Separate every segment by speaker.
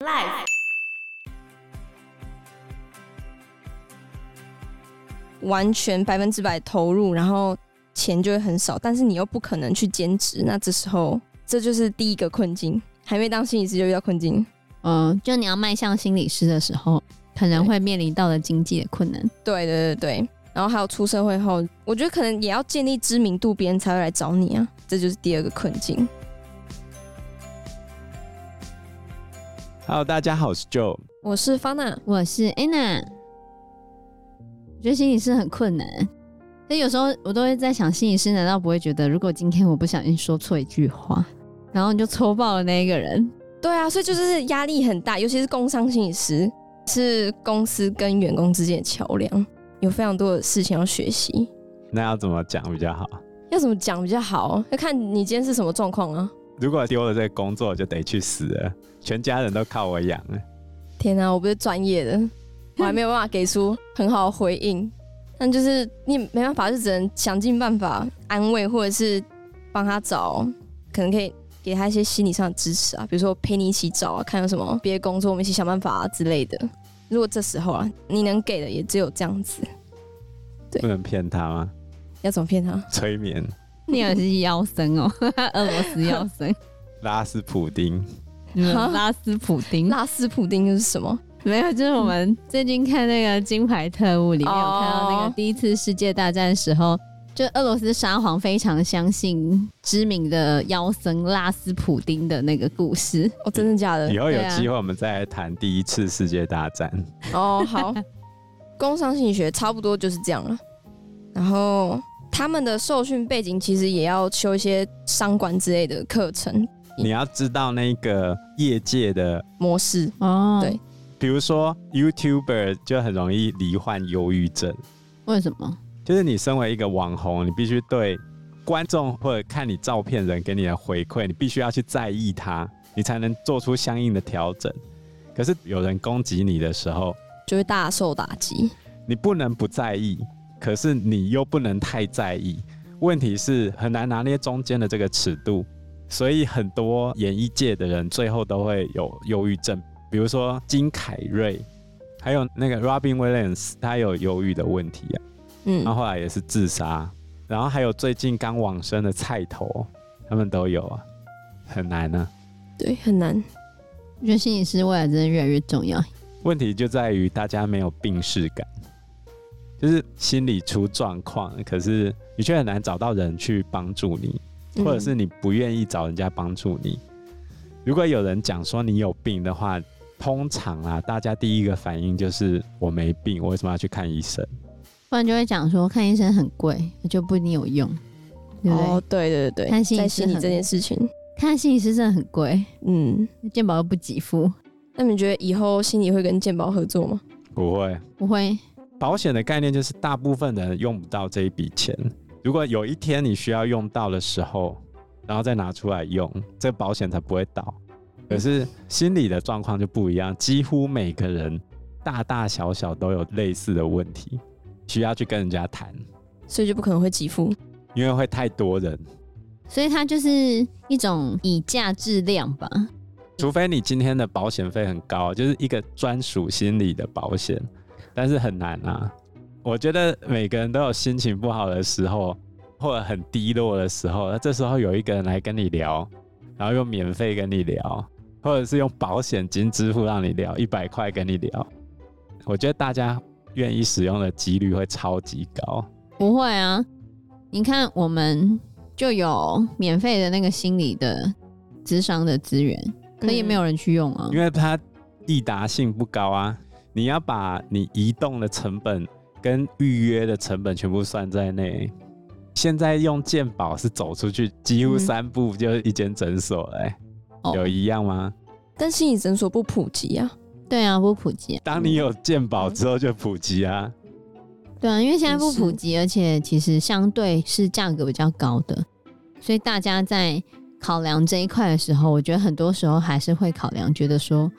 Speaker 1: Life。
Speaker 2: 完全百分之百投入，然后钱就会很少，但是你又不可能去兼职，那这时候这就是第一个困境。还没当心理师就遇到困境，
Speaker 3: 嗯，就你要迈向心理师的时候，可能会面临到的经济的困难。
Speaker 2: 对对对对。然后还有出社会后，我觉得可能也要建立知名度，别人才会来找你啊，这就是第二个困境。
Speaker 4: Hello，大家好，我是 Joe。
Speaker 2: 我是方娜，
Speaker 3: 我是 Anna，我觉得心理师很困难，所以有时候我都会在想，心理师难道不会觉得，如果今天我不小心说错一句话，然后你就抽爆了那一个人？
Speaker 2: 对啊，所以就是压力很大，尤其是工商心理师是公司跟员工之间的桥梁，有非常多的事情要学习。
Speaker 4: 那要怎么讲比较好？
Speaker 2: 要怎么讲比较好？要看你今天是什么状况啊！
Speaker 4: 如果丢了这个工作，就得去死了，全家人都靠我养了。
Speaker 2: 天啊哪、我不是专业的，我还没有办法给出很好的回应。但就是你没办法，就只能想尽办法安慰，或者是帮他找，可能可以给他一些心理上的支持啊，比如说陪你一起找啊，看有什么别的工作，我们一起想办法啊之类的。如果这时候啊，你能给的也只有这样子，对
Speaker 4: 不能骗他吗？
Speaker 2: 要怎么骗他？
Speaker 4: 催眠、
Speaker 3: 你也是妖僧哦， 俄罗斯妖僧，
Speaker 4: 拉斯普丁，
Speaker 3: 你们拉斯普丁。
Speaker 2: 拉斯普丁又是什么？
Speaker 3: 没有，就是我们最近看那个《金牌特务》里面有看到那
Speaker 2: 哦
Speaker 3: 个第一次世界大战的时候，就俄罗斯沙皇非常相信知名的妖僧拉斯普丁的那个故事。
Speaker 2: 哦，真的假的
Speaker 4: 以？后有
Speaker 3: 对啊
Speaker 4: 机会我们再来谈第一次世界大战。
Speaker 2: 哦，好， 工商心理学差不多就是这样了。然后他们的受训背景其实也要修一些商管之类的课程
Speaker 4: 你要知道那个业界的，
Speaker 2: 模式。
Speaker 3: 哦
Speaker 2: 对，
Speaker 4: 比如说 YouTuber 就很容易罹患忧郁症，
Speaker 3: 为什么？
Speaker 4: 就是你身为一个网红，你必须对观众或者看你照片人给你的回馈，你必须要去在意他，你才能做出相应的调整。可是有人攻击你的时候，
Speaker 2: 就会大受打击。
Speaker 4: 你不能不在意，可是你又不能太在意。问题是很难拿捏中间的这个尺度，所以很多演艺界的人最后都会有忧郁症，比如说金凯瑞，还有那个 Robin Williams，他有忧郁的问题啊，
Speaker 2: 嗯，
Speaker 4: 他后来也是自杀，然后还有最近刚往生的菜头，他们都有啊，很难啊。
Speaker 2: 对，很难。
Speaker 3: 我觉得心理师未来真的越来越重要。
Speaker 4: 问题就在于大家没有病视感，就是心理出状况，可是你却很难找到人去帮助你，
Speaker 2: 嗯
Speaker 4: 或者是你不愿意找人家帮助你。如果有人讲说你有病的话，通常啊，大家第一个反应就是我没病，我为什么要去看医生？
Speaker 3: 不然就会讲说看医生很贵，就不一定有用，对不对？
Speaker 2: 哦，对对对
Speaker 3: 看
Speaker 2: 对，
Speaker 3: 心理
Speaker 2: 在
Speaker 3: 师
Speaker 2: 心理
Speaker 3: 很
Speaker 2: 这件事情，
Speaker 3: 看心理师真的很贵，
Speaker 2: 嗯，
Speaker 3: 健保又不给付。
Speaker 2: 那你觉得以后心理会跟健保合作吗？
Speaker 4: 不会，
Speaker 3: 我会，
Speaker 4: 保险的概念就是大部分人用不到这一笔钱，如果有一天你需要用到的时候，然后再拿出来用，这个保险才不会倒。可是心理的状况就不一样，几乎每个人大大小小都有类似的问题，需要去跟人家谈，
Speaker 2: 所以就不可能会给付。
Speaker 4: 因为会太多人，
Speaker 3: 所以它就是一种以价质量吧。
Speaker 4: 除非你今天的保险费很高，就是一个专属心理的保险，但是很难啊。我觉得每个人都有心情不好的时候，或者很低落的时候，那这时候有一个人来跟你聊，然后用免费跟你聊，或者是用保险金支付让你聊一百块跟你聊，我觉得大家愿意使用的几率会超级高。
Speaker 3: 不会啊，你看我们就有免费的那个心理的智商的资源，
Speaker 2: 嗯
Speaker 3: 可也没有人去用啊。
Speaker 4: 因为它易达性不高啊，你要把你移动的成本跟预约的成本全部算在内。现在用健保是走出去，几乎
Speaker 2: 嗯
Speaker 4: 三步就是一间诊所嘞、
Speaker 3: 哦
Speaker 4: 有一样吗？
Speaker 2: 但心理诊所不普及啊，
Speaker 3: 对啊，不普及、啊。
Speaker 4: 当你有健保之后就普及啊，
Speaker 3: 对啊，因为现在不普及，而且其实相对是价格比较高的，所以大家在考量这一块的时候，我觉得很多时候还是会考量，觉得说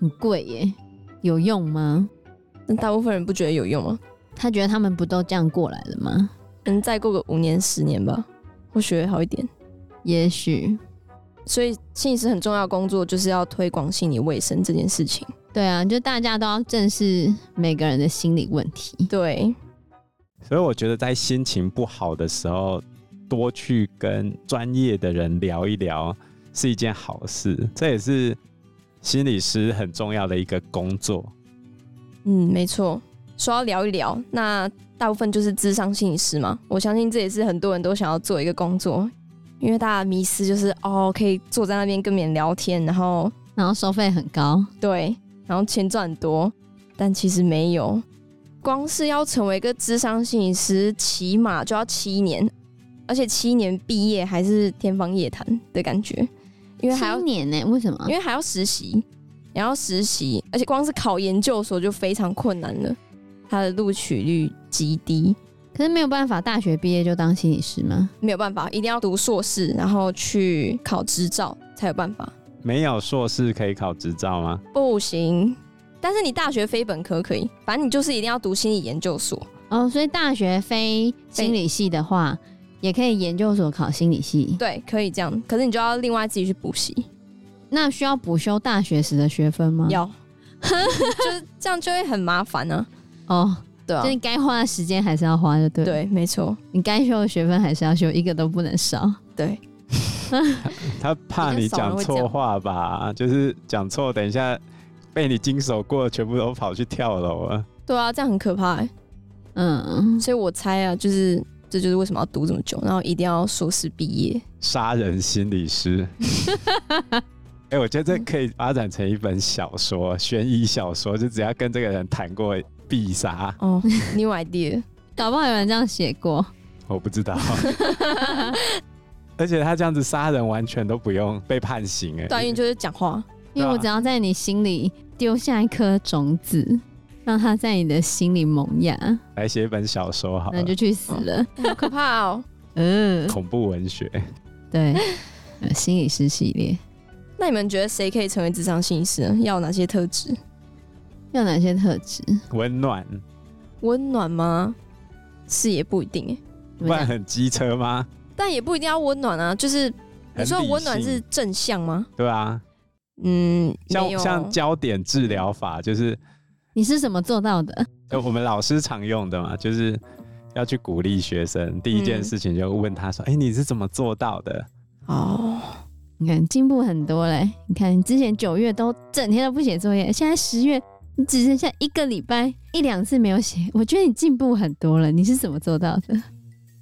Speaker 3: 很贵耶，有用吗？
Speaker 2: 那大部分人不觉得有用吗？
Speaker 3: 他觉得他们不都这样过来了吗？
Speaker 2: 可能再过个五年、十年吧，或许会好一点。
Speaker 3: 也许
Speaker 2: 所以心理师很重要的工作就是要推广心理卫生这件事情。
Speaker 3: 对啊，就大家都要正视每个人的心理问题。
Speaker 2: 对，
Speaker 4: 所以我觉得在心情不好的时候，多去跟专业的人聊一聊是一件好事，这也是心理师很重要的一个工作。
Speaker 2: 嗯，没错。说要聊一聊，那大部分就是智商心理师嘛。我相信这也是很多人都想要做一个工作，因为大家的迷思就是哦，可以坐在那边跟别人聊天，然后
Speaker 3: 然后收费很高，
Speaker 2: 对，然后钱赚很多，但其实没有。光是要成为一个智商心理师，起码就要七年，而且七年毕业还是天方夜谭的感觉，因为还要
Speaker 3: 七年呢、为什么？
Speaker 2: 因为还要实习，也要实习，而且光是考研究所就非常困难了，它的录取率极低，
Speaker 3: 可是没有办法，大学毕业就当心理师吗？
Speaker 2: 没有办法，一定要读硕士，然后去考执照才有办法，
Speaker 4: 没有硕士可以考执照吗？
Speaker 2: 不行。但是你大学非本科可以，反正你就是一定要读心理研究所，
Speaker 3: 哦，所以大学非心理系的话，也可以研究所考心理系。
Speaker 2: 对，可以这样。可是你就要另外自己去补习，
Speaker 3: 那需要补修大学时的学分吗？
Speaker 2: 要，就是这样就会很麻烦呢、
Speaker 3: 哦，
Speaker 2: 对啊
Speaker 3: 就，你该花的时间还是要花，就对。，
Speaker 2: 对，没错，
Speaker 3: 你该修的学分还是要修，一个都不能少。
Speaker 2: 对，
Speaker 4: 他怕你讲错话吧？就是讲错，等一下被你经手过，全部都跑去跳楼了。
Speaker 2: 对啊，这样很可怕、欸。
Speaker 3: 嗯，
Speaker 2: 所以我猜啊，就是这就是为什么要读这么久，然后一定要硕士毕业。
Speaker 4: 杀人心理师。 哎、我觉得这可以发展成一本小说，悬疑小说，就只要跟这个人谈过必杀，
Speaker 2: 哦 ，new idea，
Speaker 3: 搞不好有人这样写 过。
Speaker 4: 我不知道。而且他这样子杀人完全都不用被判刑，哎，
Speaker 2: 段誉就是讲话，
Speaker 3: 因
Speaker 2: 啊
Speaker 3: 为我只要在你心里丢下一颗种子，让它在你的心里萌芽，
Speaker 4: 来哎写一本小说好
Speaker 3: 那
Speaker 4: 了
Speaker 3: 你，就去死了。
Speaker 2: 好可怕哦。
Speaker 3: 嗯，
Speaker 4: 恐怖文学。
Speaker 3: 对， 呃心理师系列
Speaker 2: 那你们觉得谁可以成为智商心理师呢？要有哪些特质？
Speaker 3: 要哪些特质？
Speaker 4: 温暖，
Speaker 2: 温暖吗？是也不一定欸，
Speaker 3: 怎
Speaker 4: 不
Speaker 3: 么
Speaker 4: 然
Speaker 3: 讲
Speaker 4: 很机车吗？
Speaker 2: 但也不一定要温暖啊。就是你说
Speaker 4: 很理
Speaker 2: 温暖
Speaker 4: 性
Speaker 2: 是正向吗？
Speaker 4: 对啊，
Speaker 2: 嗯，没
Speaker 4: 像
Speaker 2: 有
Speaker 4: 像焦点治疗法，就是
Speaker 3: 你是怎么做到的？
Speaker 4: 呃我们老师常用的嘛，就是要去鼓励学生。第一件
Speaker 2: 嗯
Speaker 4: 事情就问他说：“哎、你是怎么做到的
Speaker 2: 哦，
Speaker 3: 你看进步很多嘞！你看你之前九月都整天都不写作业，现在十月你只剩下一个礼拜一两次没有写，我觉得你进步很多了。你是怎么做到的？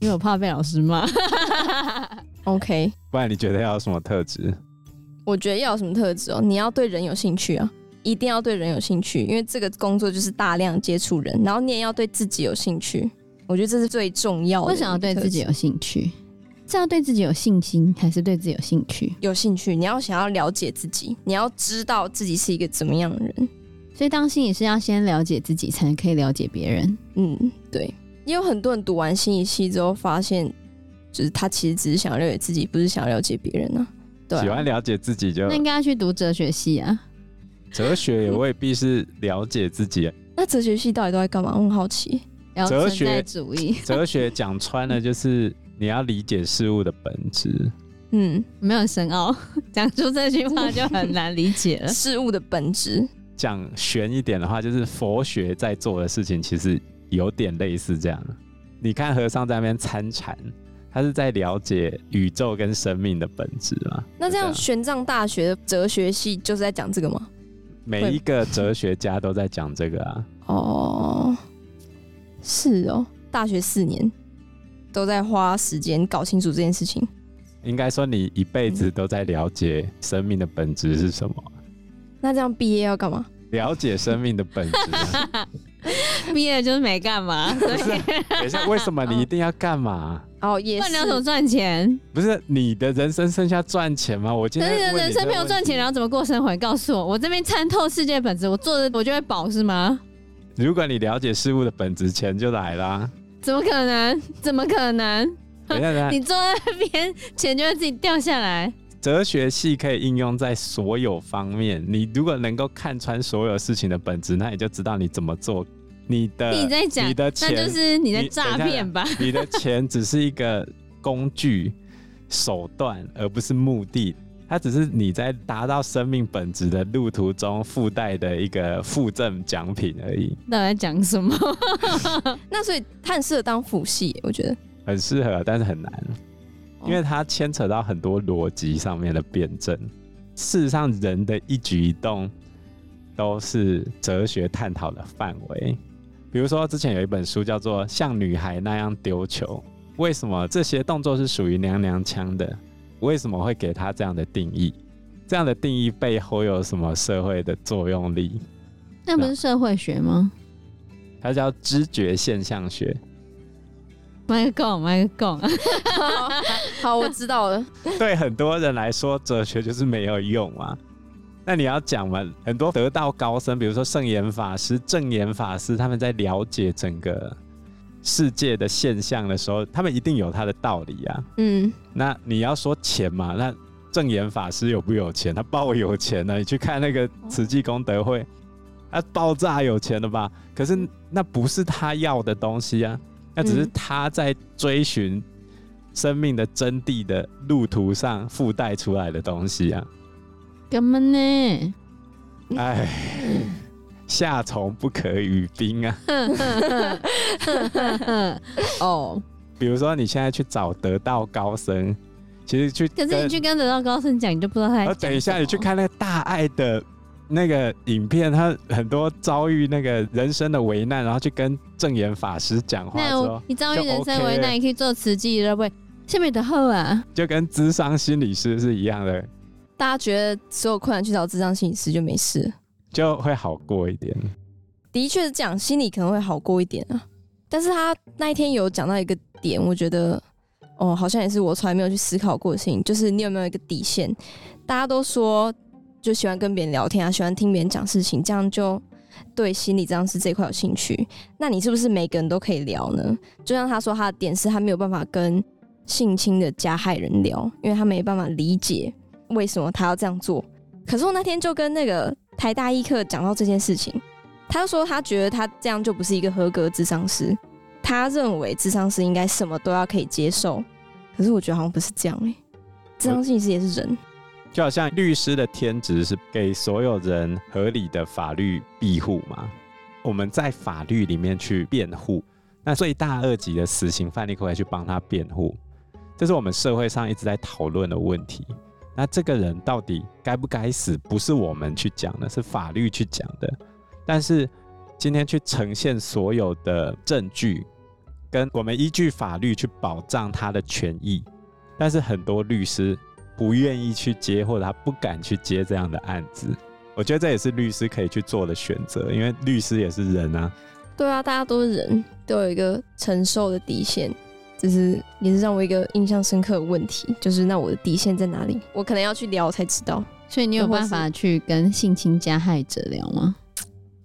Speaker 3: 因为我怕被老师骂。
Speaker 2: ，OK，？”
Speaker 4: 不然你觉得要有什么特质？
Speaker 2: 我觉得要有什么特质哦？你要对人有兴趣啊，一定要对人有兴趣，因为这个工作就是大量接触人，然后你也要对自己有兴趣。我觉得这是最重要的。
Speaker 3: 为什么要对自己有兴趣？是要对自己有信心，还是对自己有兴趣？
Speaker 2: 有兴趣？你要想要了解自己，你要知道自己是一个怎么样的人。
Speaker 3: 所以当心理师要先了解自己，才可以了解别人。
Speaker 2: 嗯，对。也有很多人读完心理系之后，发现就是他其实只是想了解自己，不是想了解别人啊。对啊
Speaker 4: 喜欢了解自己就
Speaker 3: 那应该要去读哲学系啊。
Speaker 4: 哲学也未必是了解自己。
Speaker 2: 那哲学系到底都在干嘛？我很好奇。
Speaker 3: 然后
Speaker 4: 哲
Speaker 3: 存
Speaker 4: 学
Speaker 3: 在主义
Speaker 4: 哲学讲穿了就是你要理解事物的本质。
Speaker 2: 嗯，
Speaker 3: 没有很深奥， 讲出这句话就很难理解了。
Speaker 2: 事物的本质。
Speaker 4: 讲玄一点的话，就是佛学在做的事情，其实有点类似这样。你看和尚在那边参禅，他是在了解宇宙跟生命的本质嘛？
Speaker 2: 那这样，
Speaker 4: 就
Speaker 2: 玄奘大学的哲学系就是在讲这个吗？
Speaker 4: 每一个哲学家都在讲这个啊。
Speaker 2: 哦，是哦，大学四年都在花时间搞清楚这件事情。
Speaker 4: 应该说，你一辈子都在了解生命的本质是什么，
Speaker 2: 那这样毕业要干嘛？
Speaker 4: 了解生命的 本质。
Speaker 3: 毕业就是没干嘛，所以
Speaker 4: 啊等一下，为什么你一定要干嘛？
Speaker 2: 哦，也
Speaker 3: 不
Speaker 2: 是
Speaker 3: 然你要怎么赚钱？
Speaker 4: 不是你的人生剩下赚钱吗？我今
Speaker 3: 可
Speaker 4: 天
Speaker 3: 是你的
Speaker 4: 问
Speaker 3: 人
Speaker 4: 你这
Speaker 3: 生
Speaker 4: 个
Speaker 3: 没有
Speaker 4: 问
Speaker 3: 赚
Speaker 4: 题
Speaker 3: 钱，然后怎么过生活？你告诉我，我这边参透世界本质，我做的我就会饱是吗？
Speaker 4: 如果你了解事物的本质，钱就 来啦。
Speaker 3: 怎么可能？怎么可能？
Speaker 4: 等一下，等一下，
Speaker 3: 你坐在那边，钱就会自己掉下来。
Speaker 4: 哲学系可以应用在所有方面。你如果能够看穿所有事情的本质，那你就知道你怎么做。你的
Speaker 3: 你在讲
Speaker 4: 你的
Speaker 3: 那
Speaker 4: 钱，
Speaker 3: 就是你在
Speaker 4: 你
Speaker 3: 诈骗吧？
Speaker 4: 你的钱只是一个工具手段，而不是目的。它只是你在达到生命本质的路途中附带的一个附赠奖品而已，
Speaker 3: 到底在讲什么？
Speaker 2: 那所以它很适合当辅系，我觉 得。
Speaker 4: 很适合，但是很难，因为它牵扯到很多逻辑上面的辩证。事实上，人的一举一动都是哲学探讨的范围。比如说，之前有一本书叫做《像女孩那样丢球》，为什么这些动作是属于娘娘腔的？为什么会给他这样的定义？这样的定义背后有什么社会的作用力？
Speaker 3: 那不是社会学吗？
Speaker 4: 它叫知觉现象学。
Speaker 3: 麦个供，麦个供，
Speaker 2: 好，好我知道了。
Speaker 4: 对很多人来说，哲学就是没有用嘛。那你要讲嘛，很多得道高僧，比如说圣严法师、正严法师，他们在了解整个世界的现象的时候，他们一定有他的道理啊。
Speaker 2: 嗯，
Speaker 4: 那你要说钱嘛，那正言法师有不有钱？他爆有钱啊呢。你去看那个慈济功德
Speaker 3: 哦
Speaker 4: 会，他爆炸有钱的吧？可是那不是他要的东西啊，那只是
Speaker 2: 嗯
Speaker 4: 他在追寻生命的真谛的路途上附带出来的东西啊。
Speaker 3: 干嘛 呢？
Speaker 4: 哎，夏虫不可语冰啊。
Speaker 3: 哦，
Speaker 4: 比如说你现在去找得道高僧，其实去
Speaker 3: 可是
Speaker 4: 跟
Speaker 3: 你去跟得到高僧讲，你就不知道他在
Speaker 4: 然后
Speaker 3: 讲
Speaker 4: 等一下，
Speaker 3: 什
Speaker 4: 你去
Speaker 3: 么，
Speaker 4: 看那个大爱的那个影片，他很多遭遇那个人生的危难，然后去跟正言法师讲话之
Speaker 3: 那
Speaker 4: 后
Speaker 3: 我，你遭遇
Speaker 4: 就
Speaker 3: 人生
Speaker 4: OK
Speaker 3: 危
Speaker 4: 了
Speaker 3: 难，你可以做慈济了喂，下面的后啊，
Speaker 4: 就跟智商心理师是一样的，
Speaker 2: 大家觉得所有困难去找智障心理师就没事了，
Speaker 4: 就会好过一点。
Speaker 2: 的确是这样，心里可能会好过一点啊。但是他那一天有讲到一个点，我觉得哦，好像也是我从来没有去思考过的事情，就是你有没有一个底线？大家都说就喜欢跟别人聊天啊，喜欢听别人讲事情，这样就对心理障师这一块有兴趣。那你是不是每个人都可以聊呢？就像他说，他的点是他没有办法跟性侵的加害人聊，因为他没办法理解为什么他要这样做。可是我那天就跟那个台大医课讲到这件事情，他就说他觉得他这样就不是一个合格智商师，他认为智商师应该什么都要可以接受，可是我觉得好像不是这样哎、欸，智商心理师也是人，
Speaker 4: 就好像律师的天职是给所有人合理的法律庇护嘛，我们在法律里面去辩护，那最大恶极的死刑犯，你可不可以去帮他辩护？这是我们社会上一直在讨论的问题。那这个人到底该不该死，不是我们去讲的，是法律去讲的。但是今天去呈现所有的证据，跟我们依据法律去保障他的权益，但是很多律师不愿意去接，或者他不敢去接这样的案子。我觉得这也是律师可以去做的选择，因为律师也是人啊。
Speaker 2: 对啊，大家都是人，都有一个承受的底线，这是也是让我一个印象深刻的问题，就是那我的底线在哪里？我可能要去聊才知道。
Speaker 3: 所以你有
Speaker 2: 或
Speaker 3: 办
Speaker 2: 是
Speaker 3: 法去跟性侵加害者聊吗？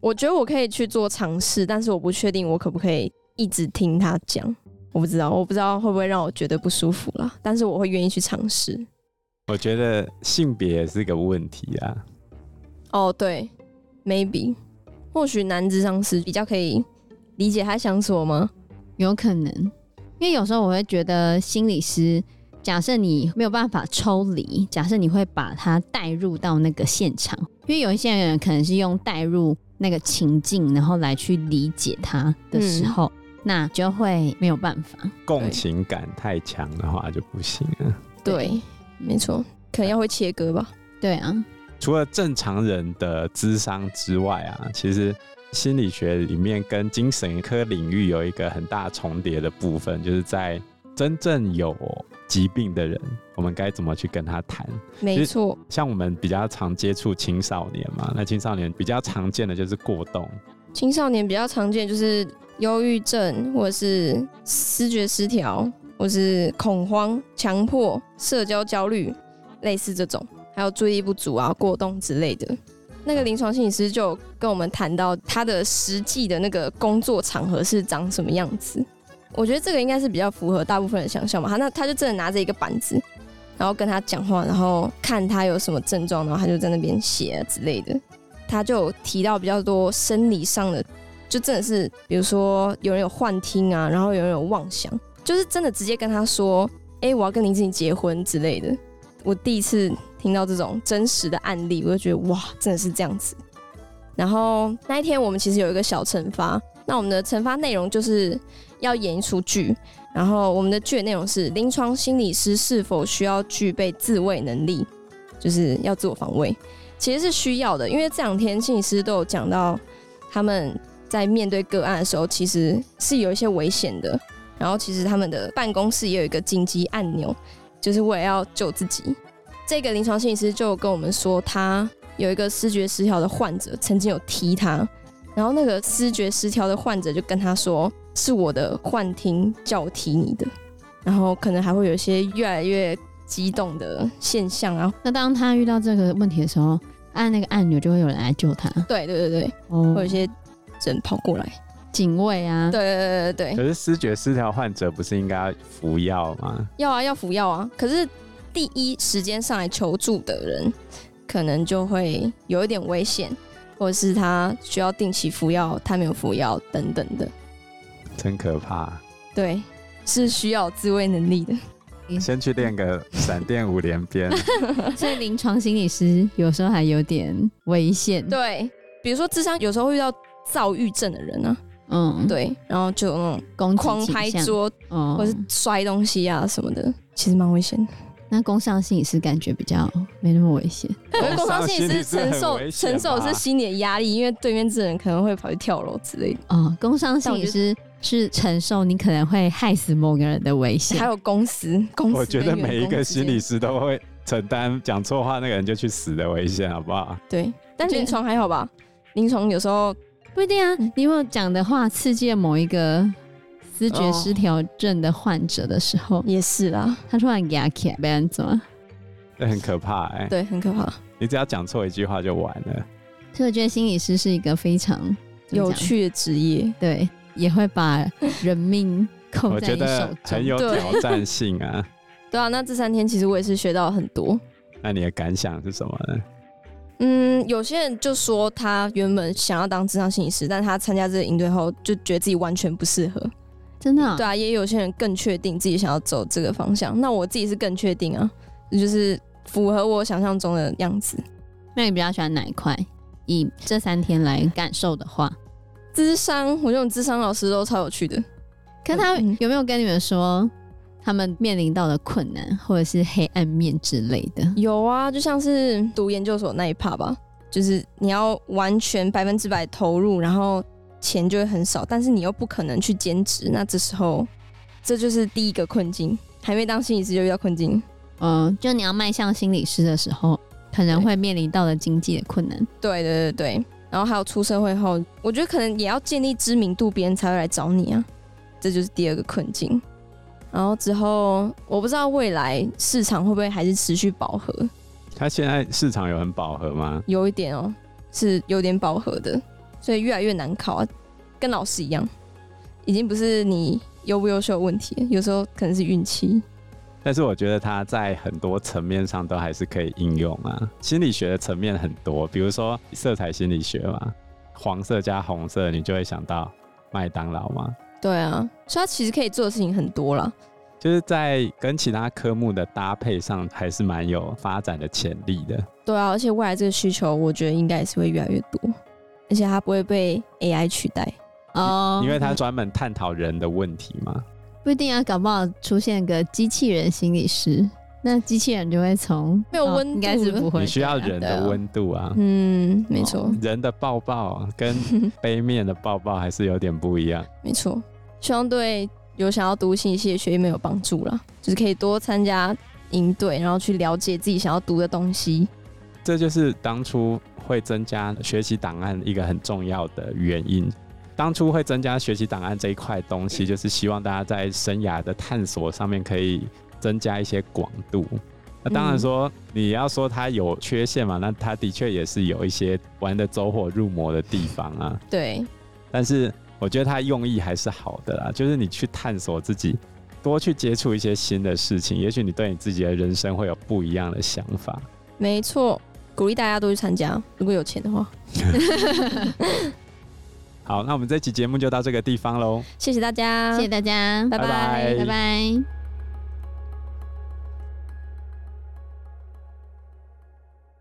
Speaker 2: 我觉得我可以去做尝试，但是我不确定我可不可以一直听他讲，我不知道，我不知道会不会让我觉得不舒服啦，但是我会愿意去尝试。
Speaker 4: 我觉得性别也是个问题啊。
Speaker 2: 哦，对，maybe，或许男智商师比较可以理解他想什么吗？
Speaker 3: 有可能，因为有时候我会觉得心理师，假设你没有办法抽离，假设你会把他带入到那个现场，因为有一些人可能是用带入那个情境，然后来去理解他的时候，那就会没有办法。
Speaker 4: 共情感太强的话就不行啊了。
Speaker 2: 对，没错，可能要会切割吧。
Speaker 3: 对啊，
Speaker 4: 除了正常人的智商之外啊，其实心理学里面跟精神科领域有一个很大重叠的部分，就是在真正有疾病的人，我们该怎么去跟他谈？
Speaker 2: 没错，
Speaker 4: 像我们比较常接触青少年嘛，那青少年比较常见的就是过动，
Speaker 2: 青少年比较常见就是忧郁症，或者是视觉失调，或是恐慌、强迫、社交焦虑，类似这种，还有注意力不足啊、过动之类的。那个临床心理师就有跟我们谈到他的实际的那个工作场合是长什么样子。我觉得这个应该是比较符合大部分人想象嘛。他那他就真的拿着一个板子，然后跟他讲话，然后看他有什么症状，然后他就在那边写、啊、之类的。他就有提到比较多生理上的，就真的是比如说有人有幻听啊，然后有人有妄想，就是真的直接跟他说，哎、我要跟林志颖结婚之类的。我第一次听到这种真实的案例，我就觉得哇，真的是这样子。然后那一天我们其实有一个小惩罚，那我们的惩罚内容就是要演一出剧，然后我们的剧的内容是临床心理师是否需要具备自卫能力，就是要自我防卫，其实是需要的，因为这两天心理师都有讲到，他们在面对个案的时候，其实是有一些危险的。然后其实他们的办公室也有一个紧急按钮，就是为了要救自己。这个临床心理师就有跟我们说，他有一个视觉失调的患者曾经有踢他，然后那个视觉失调的患者就跟他说：“是我的幻听叫我踢你的。”然后可能还会有一些越来越激动的现象啊，
Speaker 3: 那当他遇到这个问题的时候，按那个按钮就会有人来救他，
Speaker 2: 对对对对，
Speaker 3: 哦
Speaker 2: 会有一些人跑过来，
Speaker 3: 警卫啊，
Speaker 2: 对对对对
Speaker 4: 可
Speaker 2: 对，
Speaker 4: 是视觉失调患者不是应该服药吗？
Speaker 2: 要啊要服药啊。可是第一时间上来求助的人，可能就会有一点危险，或者是他需要定期服药，他没有服药等等的，
Speaker 4: 真可怕！
Speaker 2: 对，是需要自卫能力的。
Speaker 4: 先去练个闪电五连鞭，
Speaker 3: 所以临床心理师有时候还有点危险。，
Speaker 2: 对，比如说智商有时候会遇到躁郁症的人啊，
Speaker 3: 嗯，，
Speaker 2: 对，然后就有那种
Speaker 3: 攻击
Speaker 2: 狂
Speaker 3: 倾
Speaker 2: 拍
Speaker 3: 向，
Speaker 2: 桌
Speaker 3: 哦
Speaker 2: 或是摔东西啊什么的，其实蛮危险的。
Speaker 3: 那工伤心理师感觉比较没那么危险。
Speaker 2: 我觉得工伤心理师承
Speaker 4: 工伤心理师很
Speaker 2: 受
Speaker 4: 危险
Speaker 2: 承
Speaker 4: 吧
Speaker 2: 受的是心理的压力，因为对面这人可能会跑去跳楼之类的，
Speaker 3: 哦，工伤心理师是承受你可能会害死某个人的危险
Speaker 2: 还。有公司公司。
Speaker 4: 我觉得每一个心理师都会承担讲错话那个人就去死的危险，好不好？
Speaker 2: 对，但临床还好吧？临床有时候
Speaker 3: 不一定啊，
Speaker 2: 嗯
Speaker 3: 你如果讲的话刺激了某一个思觉
Speaker 2: 哦
Speaker 3: 失调症的患者的时候，
Speaker 2: 也是啦，
Speaker 3: 他突然牙起来被安怎么样？
Speaker 4: 这很可怕哎、
Speaker 2: 对，很可怕。
Speaker 4: 你只要讲错一句话就完了。
Speaker 3: 所以我觉得心理师是一个非常怎么
Speaker 2: 有
Speaker 3: 讲
Speaker 2: 趣的职业，
Speaker 3: 对，也会把人命扣
Speaker 4: 我
Speaker 3: 在
Speaker 4: 觉
Speaker 3: 你手
Speaker 4: 得很
Speaker 3: 中。
Speaker 4: 有
Speaker 2: 对
Speaker 4: 挑战性啊。
Speaker 2: 对啊。那这三天其实我也是学到很多。
Speaker 4: 那你的感想是什么呢？
Speaker 2: 嗯，有些人就说他原本想要当智商心理师，但他参加这个营队后，就觉得自己完全不适合。
Speaker 3: 真的、啊，
Speaker 2: 对啊，也有些人更确定自己想要走这个方向。那我自己是更确定啊，就是符合我想象中的样子。
Speaker 3: 那你比较喜欢哪一块？以这三天来感受的话，
Speaker 2: 智商，我觉得我们智商老师都超有趣的。
Speaker 3: 可是他
Speaker 2: 嗯
Speaker 3: 有没有跟你们说他们面临到的困难，或者是黑暗面之类的？
Speaker 2: 有啊，就像是读研究所那一趴吧，就是你要完全百分之百投入，然后钱就会很少，但是你又不可能去兼职，那这时候这就是第一个困境。还没当心理师就遇到困境，
Speaker 3: 嗯，就你要迈向心理师的时候，可能
Speaker 2: 对
Speaker 3: 会面临到的经济的困难。
Speaker 2: 对对对对，然后还有出社会后，我觉得可能也要建立知名度，别人才会来找你啊，这就是第二个困境。然后之后，我不知道未来市场会不会还是持续饱和，
Speaker 4: 他现在市场有很饱和吗？
Speaker 2: 有一点哦、是有点饱和的，所以越来越难考啊，跟老师一样，已经不是你优不优秀的问题了，有时候可能是运气。
Speaker 4: 但是我觉得它在很多层面上都还是可以应用啊。心理学的层面很多，比如说色彩心理学嘛，黄色加红色，你就会想到麦当劳嘛。
Speaker 2: 对啊，所以他其实可以做的事情很多啦。
Speaker 4: 就是在跟其他科目的搭配上，还是蛮有发展的潜力的。
Speaker 2: 对啊，而且未来这个需求，我觉得应该也是会越来越多，而且它不会被 AI 取代。
Speaker 3: 哦，
Speaker 4: 因为它专门探讨人的问题嘛。
Speaker 3: 不一定啊，搞不好出现个机器人心理师，那机器人就会从
Speaker 2: 没有
Speaker 3: 哦
Speaker 2: 温度
Speaker 3: 应该是
Speaker 2: 了
Speaker 3: 不会，
Speaker 4: 你需要
Speaker 3: 对啊
Speaker 4: 人
Speaker 2: 对啊
Speaker 4: 的温度啊，
Speaker 2: 嗯，没错，
Speaker 3: 哦
Speaker 4: 人的抱抱啊跟杯面的抱抱还是有点不一样。
Speaker 2: 没错。希望对有想要读信息的学妹有帮助啦，就是可以多参加营队，然后去了解自己想要读的东西。
Speaker 4: 这就是当初会增加学习档案一个很重要的原因。当初会增加学习档案这一块东西，就是希望大家在生涯的探索上面可以增加一些广度。那当然说，你要说它有缺陷嘛，那它的确也是有一些玩的走火入魔的地方啊。
Speaker 2: 对，
Speaker 4: 但是我觉得它用意还是好的啦，就是你去探索自己，多去接触一些新的事情，也许你对你自己的人生会有不一样的想法。
Speaker 2: 没错，鼓励大家都去参加，如果有钱的话。
Speaker 4: 好，那我们这期节目就到这个地方喽。
Speaker 2: 谢谢大家，
Speaker 3: 谢谢大家，
Speaker 2: 拜
Speaker 4: 拜拜
Speaker 3: 拜拜